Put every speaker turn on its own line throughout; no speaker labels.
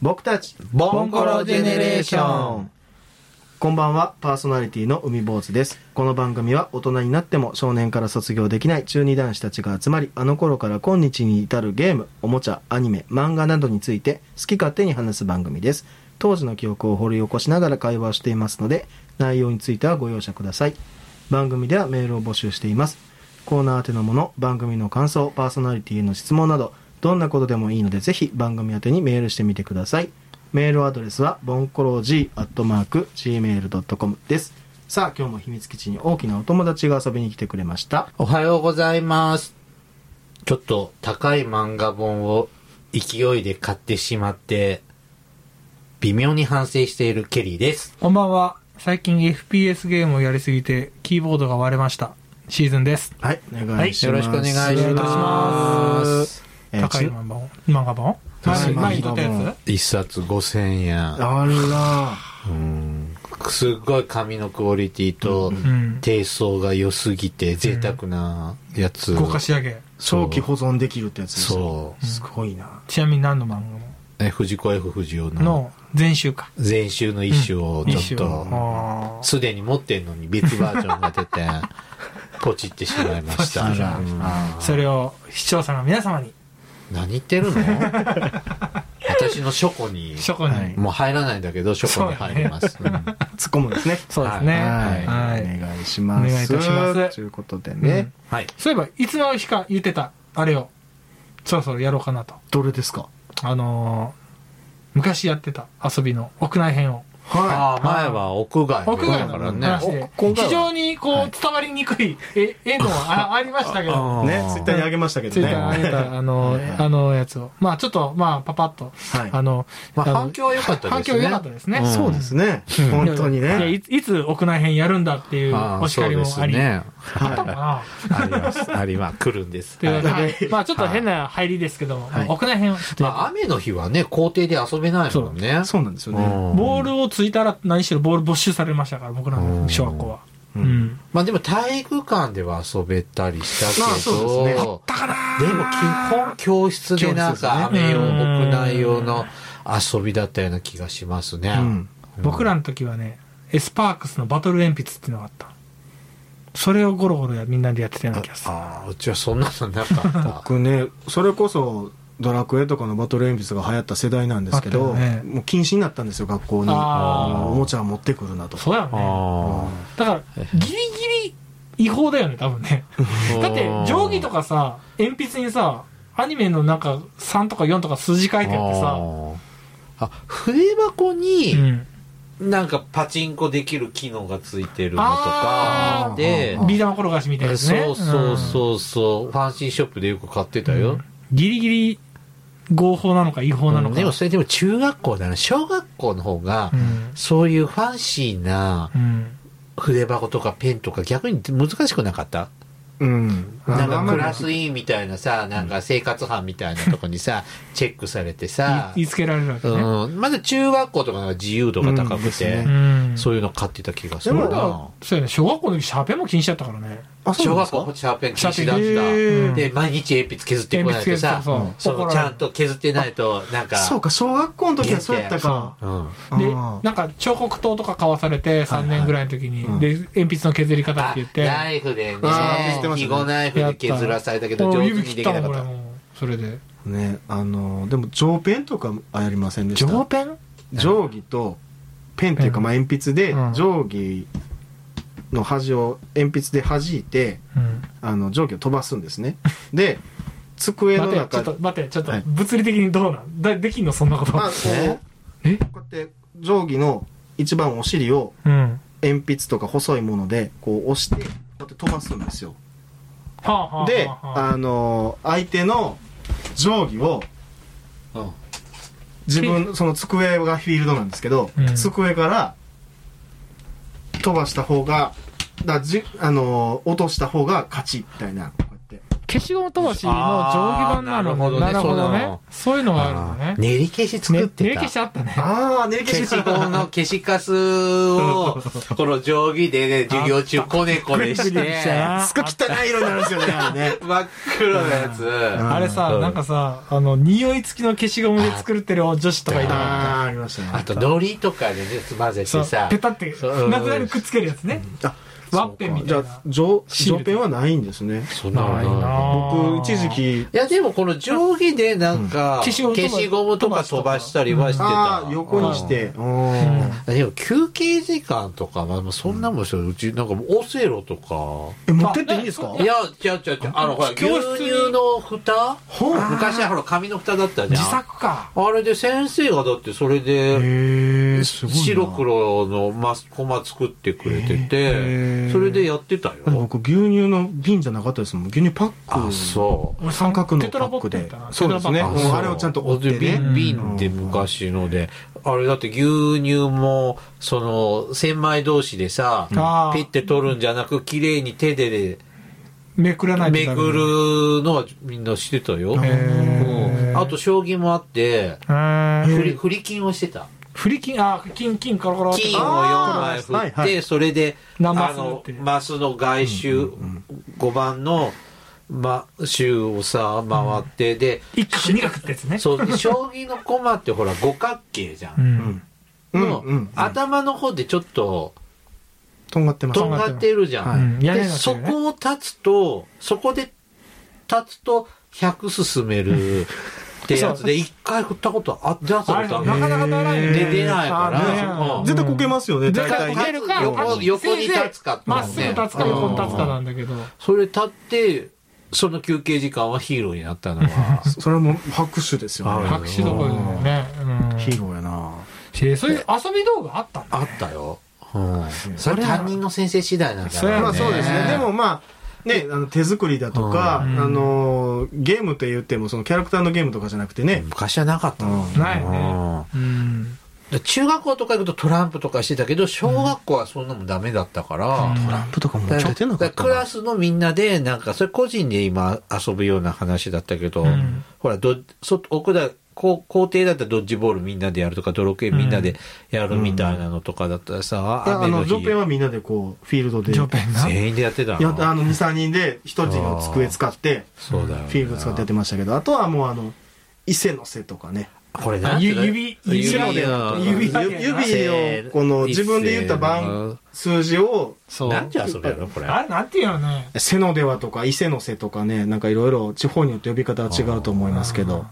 僕たち
ボンゴロジェネレーション
こんばんはパーソナリティの海坊主ですこの番組は大人になっても少年から卒業できない中二男子たちが集まりあの頃から今日に至るゲームおもちゃアニメ漫画などについて好き勝手に話す番組です当時の記憶を掘り起こしながら会話をしていますので内容についてはご容赦ください番組ではメールを募集していますコーナー宛てのもの番組の感想パーソナリティへの質問などどんなことでもいいのでぜひ番組宛てにメールしてみてくださいメールアドレスはボンコロジーアットマーク Gmail.com ですさあ今日も秘密基地に大きなお友達が遊びに来てくれました
おはようございます。ちょっと高い漫画本を勢いで買ってしまって、微妙に反省しているケリーです。
こんばんは。最近 FPS ゲームをやりすぎて、キーボードが割れました。シーズンです。
はいお願いし
よ
ま
ろ
す、
しくお願いします。
えー
高い
ち
漫画本。漫画本
高い
前
漫画本
前に撮ったや
一冊5000円。
あるな
うん。すっごい紙のクオリティと、
つうん。
低層が良すぎて贅沢なやつ。
豪華仕上げ。
長期保存できるってやつですよ
そう。
すごいな
ちなみに何の漫画
え藤子 F 不二雄
本
の
の全集か。
前週の一首をちょっ
うん一種
と、
あー
すでに持ってんのに別バージョンが出て、ポチってしまいました。
ポチった
うん
それを視聴者の皆様に、
何言ってるの私の書庫に、
書庫に。
はい
もう入らないんだけど、書庫に入ります。うん
突っ込むんですね
そうですね。
はい、
はい。
お願いします
お願いいたします
ということで
うん
ね、
はい。
そういえば、いつの日か言ってた、あれを、そろそろやろうかなと。
どれですか
あのー昔やってた遊びの屋内編を。
は
あー前は屋外
屋外
だ
の
から
話
ね。
で
お今回は
非常にこう伝わりにくいえ絵のはあありましたけど
あー
ねツイッターにあげましたけど
つい
ね
てあげたあの
はいはい
あのやつをまあちょっとまあパパッと
はい
あの
まあ
あの
反響は良かったですね。
反響良かったですね
ん
そうですね
うん
本当に
いや
ね
いついつ屋内編やるんだっていう
あー
お叱りも
そう
あ
です
り
ね。
あったかな
あります。あります。来るんです。
というわけ
はい
でまあちょっと変な入りですけども
はい
屋内編をちょっと
ま
や
あ、雨の日はね、校庭で遊べないもんね。
そうなんですよね
るボー
ル。
ルをついたら何しろボール没収されましたから僕ら
うん
の小学校は
う
うんん
まあでも体育館では遊べたりしたけど、
まあそうですねあっ
だから
でも基本教室でな
教
んか
室
です
雨
ね
用、
うん
屋内用の遊びだったような気がしますね。
うん
僕らの時はねエスパークスのバトル鉛筆っていうのがあったそれをゴロゴロやみんなでやってたような気がする
ああ、うちはそんなのなか った。
僕ねそれこそドラクエとかのバトル鉛筆が流行った世代なんですけ
あ
ど、
ったよね
もう禁止になったんですよ学校に
あ
ー
もうおもちゃを持ってくるなと
そうやね
あ
だからギリギリ違法だよね多分ね
あ
だって定規とかさ鉛筆にさアニメのなんか3とか4とか数字書いてあって
あ
さ
ーあ筆箱
う
に
ん
なんかパチンコできる機能がついてるのと
あ
か
ー
で、
ビー玉転がしみたいですね
そうそうそうそう、ファンシーショップでよく買ってた
うん
よ、
ギリギリ合法なのか違法なの
うん
か
でもそれでも中学校だな小学校の方が、
うん
そういうファンシーな
うん
筆箱とかペンとか逆に難しくなかった
うん
なん
あん
か
ま
ク
り
ラス委員みたいなさなんか生活班みたいなとこにさチェックされてさ
言いつけられるわけね
うん、まだ中学校とかの方が自由度が高
うんで
く
す
て、
ね
うん
そういうの買ってた気がする
でも
な。
そうやね小学校の時シャーペンも禁止だったからね
あそう
小
なんで
学
すか
校シャーペン禁止だっ
シャーペンへー
た。で、毎日鉛筆削ってこないとさ、
鉛筆削って
そ
そうう
ちゃんと削ってないと、なんか、
そうか小学校の時はそうやったか
うん。
で、
あー
なんか彫刻刀とか買わされて3年ぐらいの時に、
はいはい
で、鉛筆の削り方って
あ
言って、
ナイフでね
あー削って、ましたね
ひごナイフで削らされたけど、
も
上手
う指
に
切
で
っ
き
た
な
もん、俺
かっ
もう。それで。
ねあのでも上ペンとかありませんでした
上ペン
定規とペンっていうか、
うん
まあ、鉛筆で
うん
定規の端を鉛筆で弾いて
うん。
あの定規を飛ばすんですねで机の
待て、ちょ
中
っと、待て、ちょっと
はい、
物理的にどうなんだできんのそんなこと。
まあこう
え
こうやって定規の一番お尻を
うん。は
鉛筆とか細いものでこう押してこうやって飛ばすんですよ
あ、はあはあ、
で、
はあ
あの相手の定規を
た。うん
自分その机がフィールドなんですけど、
うん
机から飛ばした方がだじあのー落とした方が勝ちみたいなこうやって
消しゴム飛ばしの上下版なの。
あーなるほどねそうなの
そういうのがあるのね。
練り消し作ってた。
ね練り消しあったね。
ああ、練り消
消
し
しゴムの消しカスを、この定規でね、授業中こねこねし、
びっくりしてた
すごい汚い色になるんですよね、あれね。
真っ黒なやつ。
ん
あれ
う
さ、なんかさ、あの、匂い付きの消しゴムで作ってる女子とかいたか
ああ、ありました
あ
ね。
と、糊とかでね、混ぜて
そう
さ。
ペタって
そう
なくなるくっつけるやつね
あ
ワッペンみ
じ
た
ゃ
いな
あ、上、
シール
上ペンはないんですね。
そんなの
ないな
僕、一時期、
いや、でもこの定規でなんか、
うん消
消し
し
ゴ
ゴ
ム
ム
と
と
か
か
飛ばしたりはして
あ
た。
あ、横にして。
うん
あ
うん。でも休憩時間とかは、もうそんなもんしょ、うちなんかもうオセロとか。
ーえ、持ってっていいんですか
いや、違う違う違う。あの、ほら、牛
教室に
乳の蓋
ほう。
昔はほら、紙の蓋だったじゃん。
自作か
あれで先生がだってそれで、
へえ、すごいな。
白黒のマスコマ作ってくれて
へ
て、
ー
それでやってたよ。
僕、牛乳の瓶じゃなかったですもん。牛乳パック。
あ、そう。
俺
三角の
テ
パ
トラ
ッ
ボッ
ク
クみ
で
たいな。
そうですね。
テトラ
う
ボック
んあれをちゃんと折って
で
ね。
瓶瓶って昔ので、あれだって牛乳も、その、千枚同士でさ、
あー
ピッて取るんじゃなく、綺麗に手で
めくらないと
め
ダメ
くるのはみんなしてた
へ
よ。
ー
うんあと、将棋もあって、
へー
振り、振り金をしてた。
振り金あ金金コロコロって
金を4枚振って、
はいはい
それで、
何マ
あ
ス打っ
の
て、
マスの外周、5番の、ま、周をさ、回って、で、
一角二角ってやつね
そう、で将棋の駒ってほら、五角形じゃ。
うんん
の、
うんうん
頭の方でちょっと、
とんがってます。
とんがってるじゃ
はい
ん。
うん屋根
で、
の
そ
人ね
こを立つと、そこで立つと、100進めるってやつで、一回振ったことあって、あった
あ
こ
れ
と
な
あ
か
る
なかならないよね
で出ないから
あ
うん
ね
絶対こけますよね、
絶
大体
対こけ
ね。。
るか
横横に立つかってね
まっすぐ立つか横に立つかなんだけど
それ立って、その休憩時間はヒーローになったのは
それはもう拍手ですよね。
あ
拍手どころだよねうん
ヒーローやな
へーそういう遊び道具あったんだ
あったよ。うん。それ担任の先生次第なんだ
そ
ろ
れ
う
は
ね。
まあそうですね。
ね
でもまあ、ね、あの手作りだとか、あ
うん
の、ゲームと言っても、そのキャラクターのゲームとかじゃなくてね、
昔はなかったもん
うん
ないね
うん
うん
で中学校とか行くとトランプとかしてたけど、小学校はそんなもんダメだったから、
うん
ンプとかも
だ
ちょ
か
っと
ら
な
だ
か
か
った
らクラ
な。
スのみんなで、なんか、それ個人で今遊ぶような話だったけど、
うん
ほら、ど、そ、奥だ、校校庭だったらドッジボールみんなでやるとか、泥系みんなでやるみたいなのとかだったらさ、
あ
雨の
の、
日
上ペンはみんなでこう、フィールドで。
ジョペンな
全員でやってた
いやあ
の。
の、2、3人で、一人の机使って、
そうだよね。
フィールド使ってやってましたけど、あとはもうあの、伊勢の瀬とかね。
これ
あ
な
ゆ指指
指
まで
の
指
ゆ指を、この自分で言った番、数字を、
そう
なんて遊びやろ、これ。
あれなんていうのね
瀬のではとか伊勢の瀬とかね、なんかいろいろ地方によって呼び方は違うと思いますけど。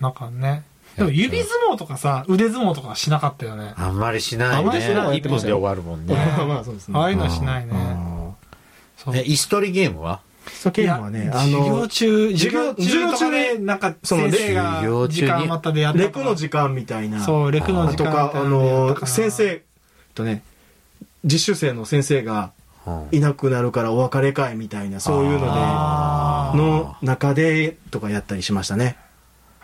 なんかね。でも指相撲とかさ、腕相撲とかしなかったよね。
あんまりしない
あんま
ね。
りしない
一本で終わるもんね。
まあまあそうですね。
ああいうのしないね。そう。
え、椅子取りゲームは
そうゲームはね、あ
授業
の、
中、
授
授
業
業中とかで、なんか、
その
先生が
授業中
時
に
間またでやった
レ
とか
クの時間みたいな。
そう、レクの時
と
間みたい
か、
な
あ
のやったか
の、
な
先。生、とね、実習生の先生が
うん
いなくなるからお別れ会みたいな、そういうの
あー
で、の中でとかやったりしましたね。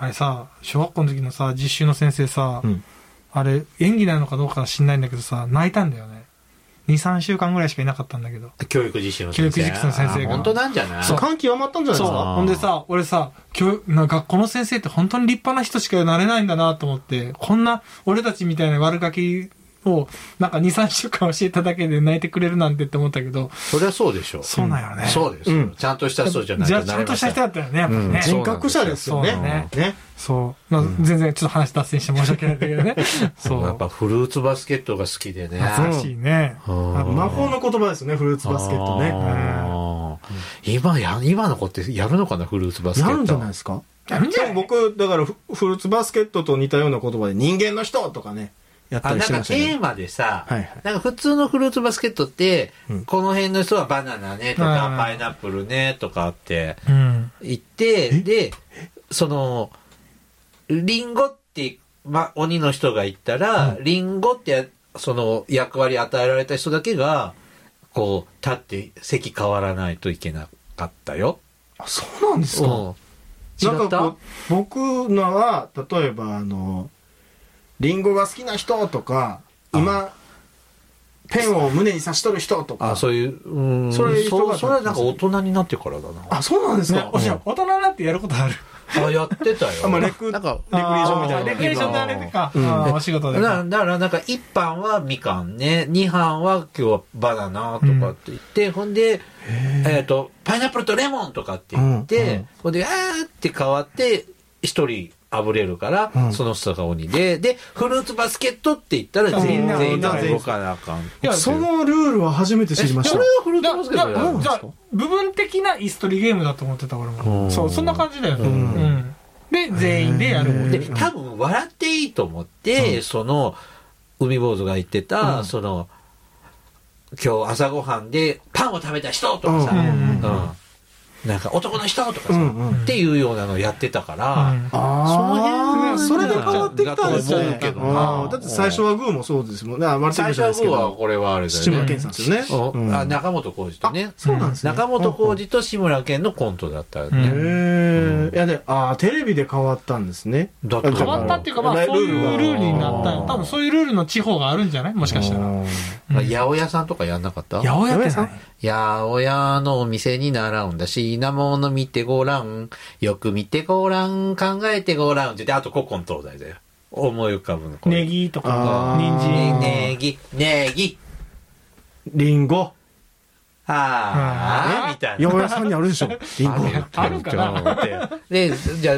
あれさ、小学校の時のさ、実習の先生さ
う、ん。
あれ、演技なのかどうかは知んないんだけどさ、泣いたんだよね。2、3週間ぐらいしかいなかったんだけど。
教育実習の先生。
教育実習の先生が
あ本当なんじゃない
そう
感極まったんじゃない
そ
で
う。
すか
ほんでさ、俺さ、今日、な学校の先生って本当に立派な人しかなれないんだなと思って、こんな俺たちみたいな悪ガキを、なんか2、3週間教えただけで泣いてくれるなんてって思ったけど、
そりゃそうでしょ。
そうなんよね。
そうですよ、
うん
ちゃんとした人じゃない
じゃ
と
あ、ち
な
ゃ
れ
んと
ま
した
せん
人だったよね、やっぱりね。
うん
人格者ですよ
そ
ね
う。ね
ね。
そう。まあ、全然ちょっと話脱線して申し訳ないんだけどね。そう。
やっぱフルーツバスケットが好きでね。
懐かしいね。
うん
あ
魔法の言葉ですね、フルーツバスケットね。
あー今や、今の子ってやるのかな、フルーツバスケッ
な
ト。
るんじゃないですか
やるんじゃない
僕、だからフ、フルーツバスケットと似たような言葉で、人間の人とかね、やった
あ
り
なん
して
か
ました
テ
ね
ー。マでさ、
はいはい
なんか普通のフルーツバスケットって、
うん
この辺の人はバナナねとか、
うん
パイナップルねとかって
うん。
言って、で、その、リンゴって、ま、鬼の人が言ったら、リンゴってや、その役割与えられた人だけが、こう、立って席変わらないといけなかったよ。
あ、そうなんです
うん
かな
違
んか
った
こう、僕のは、例えば、あの、リンゴが好きな人とか、今、ペンを胸に差し取る人とか
あ、そういう、うん。
そういう人が
そうそれはなんか大人になってからだ
あそうなんです
ね
か、
おしゃ大人になってやることある。
な。あ、やってたよ。
あまあレク
なんか、
レクリエーションみたい
あ
な
ーレクリエーションであれでか。
うん
あーお仕事で
だから、
か。
だからなんか、一班はみかんね、二班は今日はバナナとかって言って、ほんで、えっ、と、パイナップルとレモンとかって言って、
うんうん
ほんで、あーって変わって、一人あぶれるから、
うん
その人が鬼で、で、フルーツバスケットって言ったら全
み
員、
んな
全員
みんな
動かなあかん。い
や
そのルールは初めて知りまし
こ
た
れはフルーツバスケット
だ
だ
だ
よ
じゃあ部分的な椅子取りゲームだと思ってた俺
う
も
ん
そうそんな感じだよね、うんんで全員でやるもん
で
で
多分笑っていいと思って、その海坊主が言ってた、
うん
その今日朝ごはんでパンを食べた人とかさ、
うん
うん
うん
なんか男の人とかさ、
うんうん
っていうようなのやってたから、
あ
ああ
そ
そ
の
れ
辺
で変わってきたんです
だと思
ね
うけどな
あーだって最初はグーもそうですもんねあマルチ
最
ビ
初
じゃなですけ
はい僕は
ど
これはあれだ
七
よ
村
ね
健さんですよね
お
うん
あ中本浩二とね
あそうなんですね
中本浩二と志村けんのコントだったよ
う
ね、
ん
へえ、いやで、ああ、テレビで変わったんですね。
だって
変わったっていうかまあ
だ
そうい
ルールが
うルールになった
あー
多分そういうルールの地方があるんじゃないもしかしたら
うん
まあ八百屋さんとかやんなかった
八百屋っ
八百
て
屋さ
さ
ん
八百屋のお店に習うんだし、なもの見てごらん。よく見てごらん。考えてごらん。って言って、あと古今東西だよ。思い浮かぶの。これ
ネ。ギと
あー
か人
ね
参
ネギ、ネギ。
リンゴ。
あ
あ
あ、みたい
八
な。
百屋さんにあるでしょ。リンゴ。
あるかな
で、じゃあ、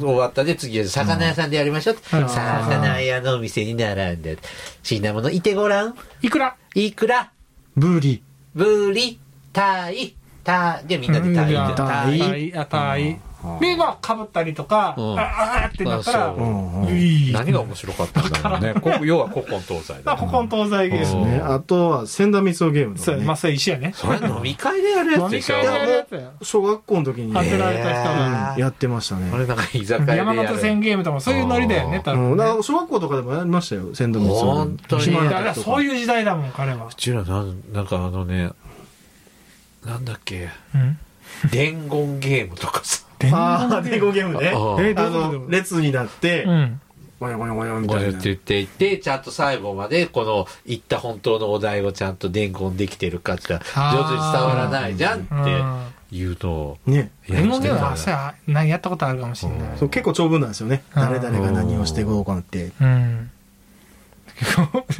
終わったで、次は魚屋さんでやりましょう。
うん
魚屋のお店に並んで、品物いてごらん。
いくら
いくら、
ブリ。
ぶり、たい、た、で、みんなでたい
うん
だ。
タイ
タイあタイ
うん
でまあかぶったりとか
うん
ああーってなった
そうそ
ら
んん
いい
何が面白かったんだろう ね。こ要は古今東西
まあ
だ。
古今東西ゲー
うん
ム
ね、あとは、千田光雄ゲームと
そ
か
う
ね
まあそういう石やね
それ飲み会でやるや
飲
つで
み
しょ。
会でやるやつや
小学校の時に
当て
ね
られた人が
えー
やってました
あ
ね。
れなんか居酒屋でや
山
る。
手線ゲームとかもそういうノリだよね多分
うん、だから小学校とかでもやりましたよ、千田光雄。
本当に
暇
だ
な
か
時
ら
とか
そういう時代だもん彼は
う、ちらなん、なんかあのね、なんだっけ、
うん、
伝言ゲームとかさ。
ああ、電光ゲームね。
ああ
えあ
どういうこ
の、
と
列になって、
うん
ゴヨゴヨゴヨみ
こう
た
やっ
い
て
な。
言っていって、ちゃんと最後まで、この、言った本当のお題をちゃんと伝言できてるかって言ったら、
あー
上手に伝わらないじゃん
うん
って言うと、
ね。
伝言ゲームは
朝や
さ何やったことあるかもしれない
そう結構長文なんですよね。
うん
誰々が何をしてこうかって。
うん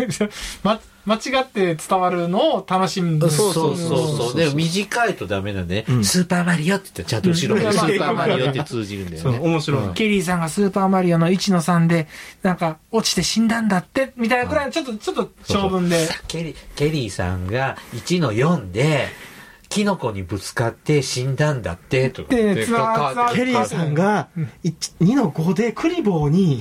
結構ま間違って伝わるのを楽しむ
ってるそうそうそうそ
そう
う。で
そうそう
も短いとダメなんでね、
うん
スーパーマリオって言ったらちゃんと後ろ
う
に
ん
スーパーマリオって通じるんだよ
そう、
ね。
面白い。
ケリーさんがスーパーマリオの1の3でなんか落ちて死んだんだってみたいなくらいのちょっとちょっと長文で
ケリケリーさんが1の4で、キノコにぶつかって死んだんだって、とか言って。
でツアー
かか
ツア
ケリーさんが、一2の5でクリボーに、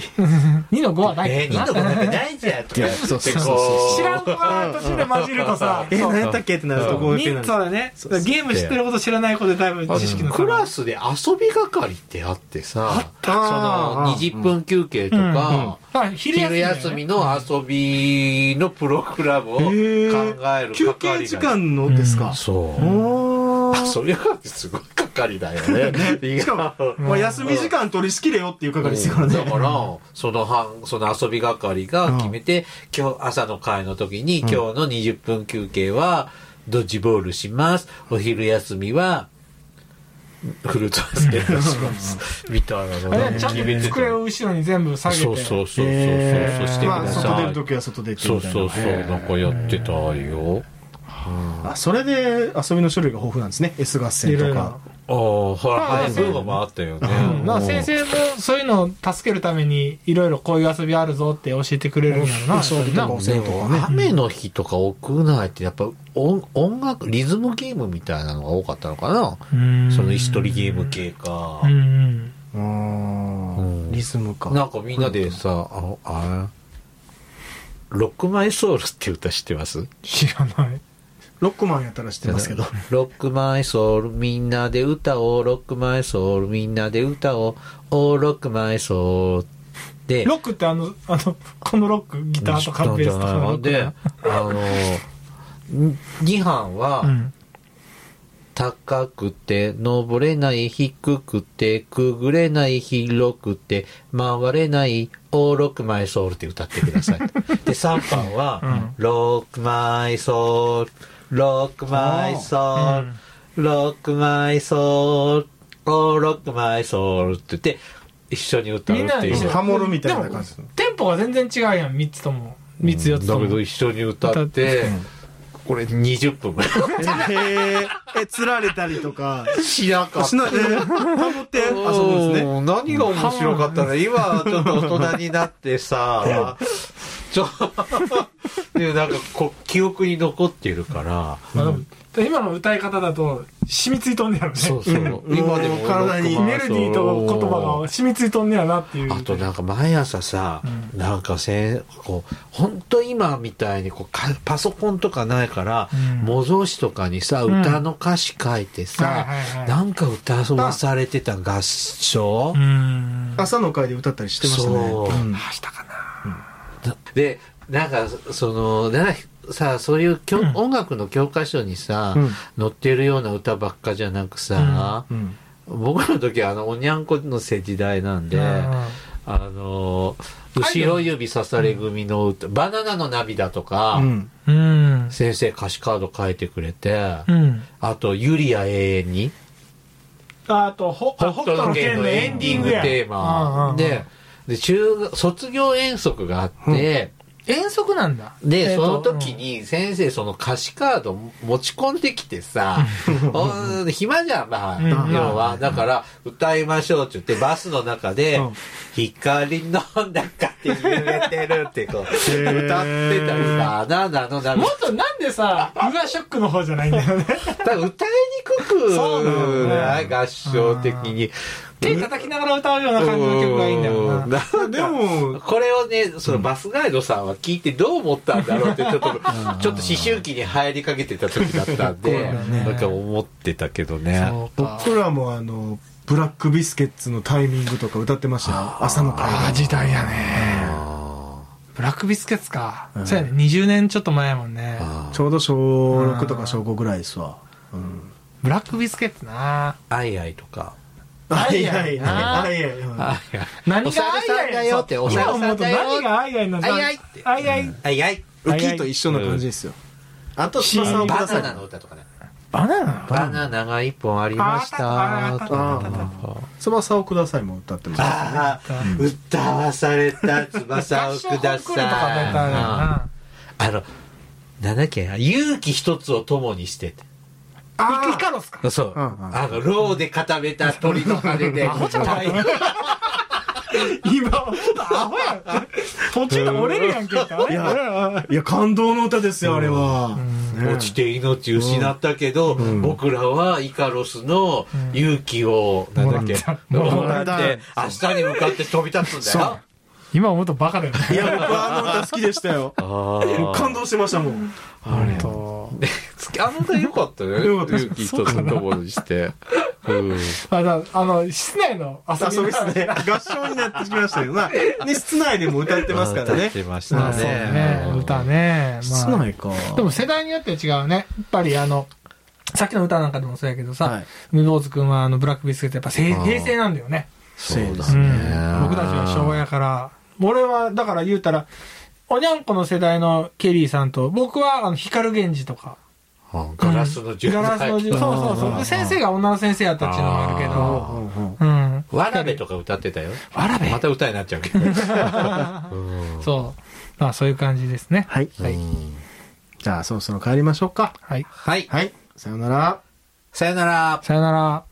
2の5はない
えー、2の子なんてないじゃんとか言って
そうそうそう
こう
知らん子が年で混じるとさ
え、
そう
何やったっけってなると、こうやっ
ミ
てな
ン
る
そうだね
そうそう
ゲーム知ってること知らない子でだいぶ知識の
ク
差が
ラスで遊び係ってあってさ、その
あー
20分休憩とか、
うんうん昼休みだよ
昼
ね
休みの遊びのプログラムを考える係がいる
休憩時間のですか。
そう。
おー
遊び係ってすごい係だよね。意
し
外
かも、もう休み時間取り仕切れよっていう係ですから
だか
ね。
ら、その班、その遊び係が決めて、今日朝の会の時に、今日の20分休憩は、ドッジボールします。お昼休みは、フルーツバスケットします。みたいな
あれ
の
ちゃんと
た
机を後ろに全部下げて
そうそうそうそうそう、
え
そう
ー
してく
まあ、
だ
外出
さ
る
い。
ときは外出て
そ
み
う
たいな。
そうそう、
へー
なんかやってたよ。
あ、それで遊びの種類が豊富なんですね。S 合戦
いろい
と
ろ
か。
ああ、ほら、
まあ
配分が回ったよね。
うんまあ先生もそういうのを助けるためにいろいろこういう遊びあるぞって教えてくれるんやろな。
そう
やっぱり
そう
な
そう
でも雨の日とか屋内ってやっぱ音音楽リズムゲームみたいなのが多かったのかな
うん
その石取りゲーム系か
うん
う
うん。
ー
うん
ん。リズムか。
なんかみんなでさあのあれロックマイソウルって歌知ってます
知らない。
ロックマンやったら知ってますけど。
ロックマイソウルみんなで歌おうロックマイソウルみんなで歌おうおーロックマイソウルで
ロックってあの、あの、このロック、ギターとかベースとかのロック
で
だ
あ
な
の2班は、
うん。
高くて、登れない、低くて、くぐれない、広くて、回れない、お六枚ソウルって歌ってくだ さい。で、3番は、六枚ソウル、六枚ソウル、六枚ソウル、お六枚ソウルって言って、一緒に歌うって
みんな
いう
で。
ハモるみたいな感じ
でもテンポが全然違うやん3つとも3つ4つと
だけ
も、
ど一緒に歌って、これ20分ぐらい。
へえ え釣られたりとか
しなか
しなえーハモって遊ぶんですね
うん何が面白かったの今、ちょっと大人になってさ、ちょ、で、なんか、こう、記憶に残ってるから、
まあでも今の歌い方だと染みついとんねやろね
そうそう。
うん
今でも
もう体に
メロディーと言葉が染みついとんねやなっていう
あとなんか毎朝さ、
う
なんかせんこう本当今みたいにこうかパソコンとかないから、
うん
模造紙とかにさ
うん
歌の歌詞書いてさ、
はいはいはい
なんか歌わされてた合唱
う、ん
朝の会で歌ったりしてましたね
そう
うん
明日かな
でなんかそのなさそういう教、
うん
音楽の教科書にさ、
うん
載ってるような歌ばっかじゃなくさ、
うん
僕の時はあのおにゃんこの世時代なんで、
うん
あの後ろ指刺され組の歌「バナナの涙」とか、
うん
うん
先生歌詞カード書いてくれて、
うん
あと「ユリア永遠に」
あとほ
ホ
北
ット
斗
の
の
ゲ
拳
の
の
エ
エ
ン
ン
デ
デ
ィ
ィ
ン
ン
グ
グや
テーマ
うんうん
で
うん
で中学卒業遠足があって、
遠足なんだ
で、
えーと
その時に先生その歌詞カード持ち込んできてさ、お暇じゃん、まあ、
うん
要は。だから、歌いましょうって言って、バスの中で
うん、
光の中って揺れてるってこう、
ー
歌ってたりさ、ななのな
うんもっとなんでさ「うがショック」の方じゃないんだよね
歌いにくく
そうなの
ない、
ね
合唱的に。
手叩きながら歌うような感じの曲がいいんだよな
うん
でも
これをね、そのバスガイドさんは聞いてどう思ったんだろうって、ちょっと、ちょっと思春期に入りかけてた時だったんで、なんか思ってたけどね。
そうか
僕らもあのブラックビスケッツのタイミングとか歌ってましたよ朝の
ああ
会で
時代やね
あ
ブラックビスケッツか、そうやね20年ちょっと前やもんね
ーあ
ちょうど小6とか小5ぐらいですわうん
ブラックビスケッツな
ー。アイアイとか。
は
あ
い
い
は
や
い
い
はい
や
はいはい
アイアイ
何
お猿さんだよって
お
お猿さんだよ
今思うと何がアイアイな
アイアイって
アイアイ
アイアイ。
ウキと一緒な感じですよあと翼をく
バ
ださ
ナ
い
ナの歌とかね。
バナナ
バナナが一本ありました。
ああったあ
ったあったあ
とか
翼をくださいも歌ってましたね
あー歌わされた翼をくだ
合唱コンクールとかだった
さ
よ
い。
な
あの、なんだっけな、勇気一つを友にしてって。
あイカロスか
そう。
うんうん
あの、ローで固めた鳥の羽で。
アホじゃない
い
今思うとアホやん途中で折れるやんけってあれ
いやいや感動の歌ですよあれは
落ちて命失ったけど、
ん
僕らはイカロスの勇気を、なんだっけ、
もらった
もらって、明日に向かって飛び立つんだよ。
今思うとバカだよね
いや僕はあの歌好きでしたよ
あ
もう感動してましたもん
本当
あの歌よかったね。
よかった
勇気一つの友にして。うん
あだあの室内の遊び
遊びですね合唱になってきましたけどまあね室内でも歌ってますから
歌
ね
ってまし
ま
た
あそうだ
ね
ね。歌ねまあ
室内か
でも世代によって違うね。やっぱりあの、さっきの歌なんかでもそうやけどさ、
はい
海坊主くんはあの、ブラックビスケットやっぱせ
あー
平成なんだよね。
そうだね
うん。。僕たちは昭和やから、俺はだから言うたら、おにゃんこの世代のケリーさんと、僕はあの、光源氏とか。
あ。ガラスの銃。
ガラスの銃。そうそうそう。で先生が女の先生やったっていうのもあるけ
うん
ど、
うんうん
うん。
わらべとか歌ってたよ。
わらべ
また歌になっちゃうけど。うん
そう。まあそういう感じですね。
はい
うん
じゃあそろそろ帰りましょうか
はい。
はい。
はいさようなら
さよなら。
さよなら。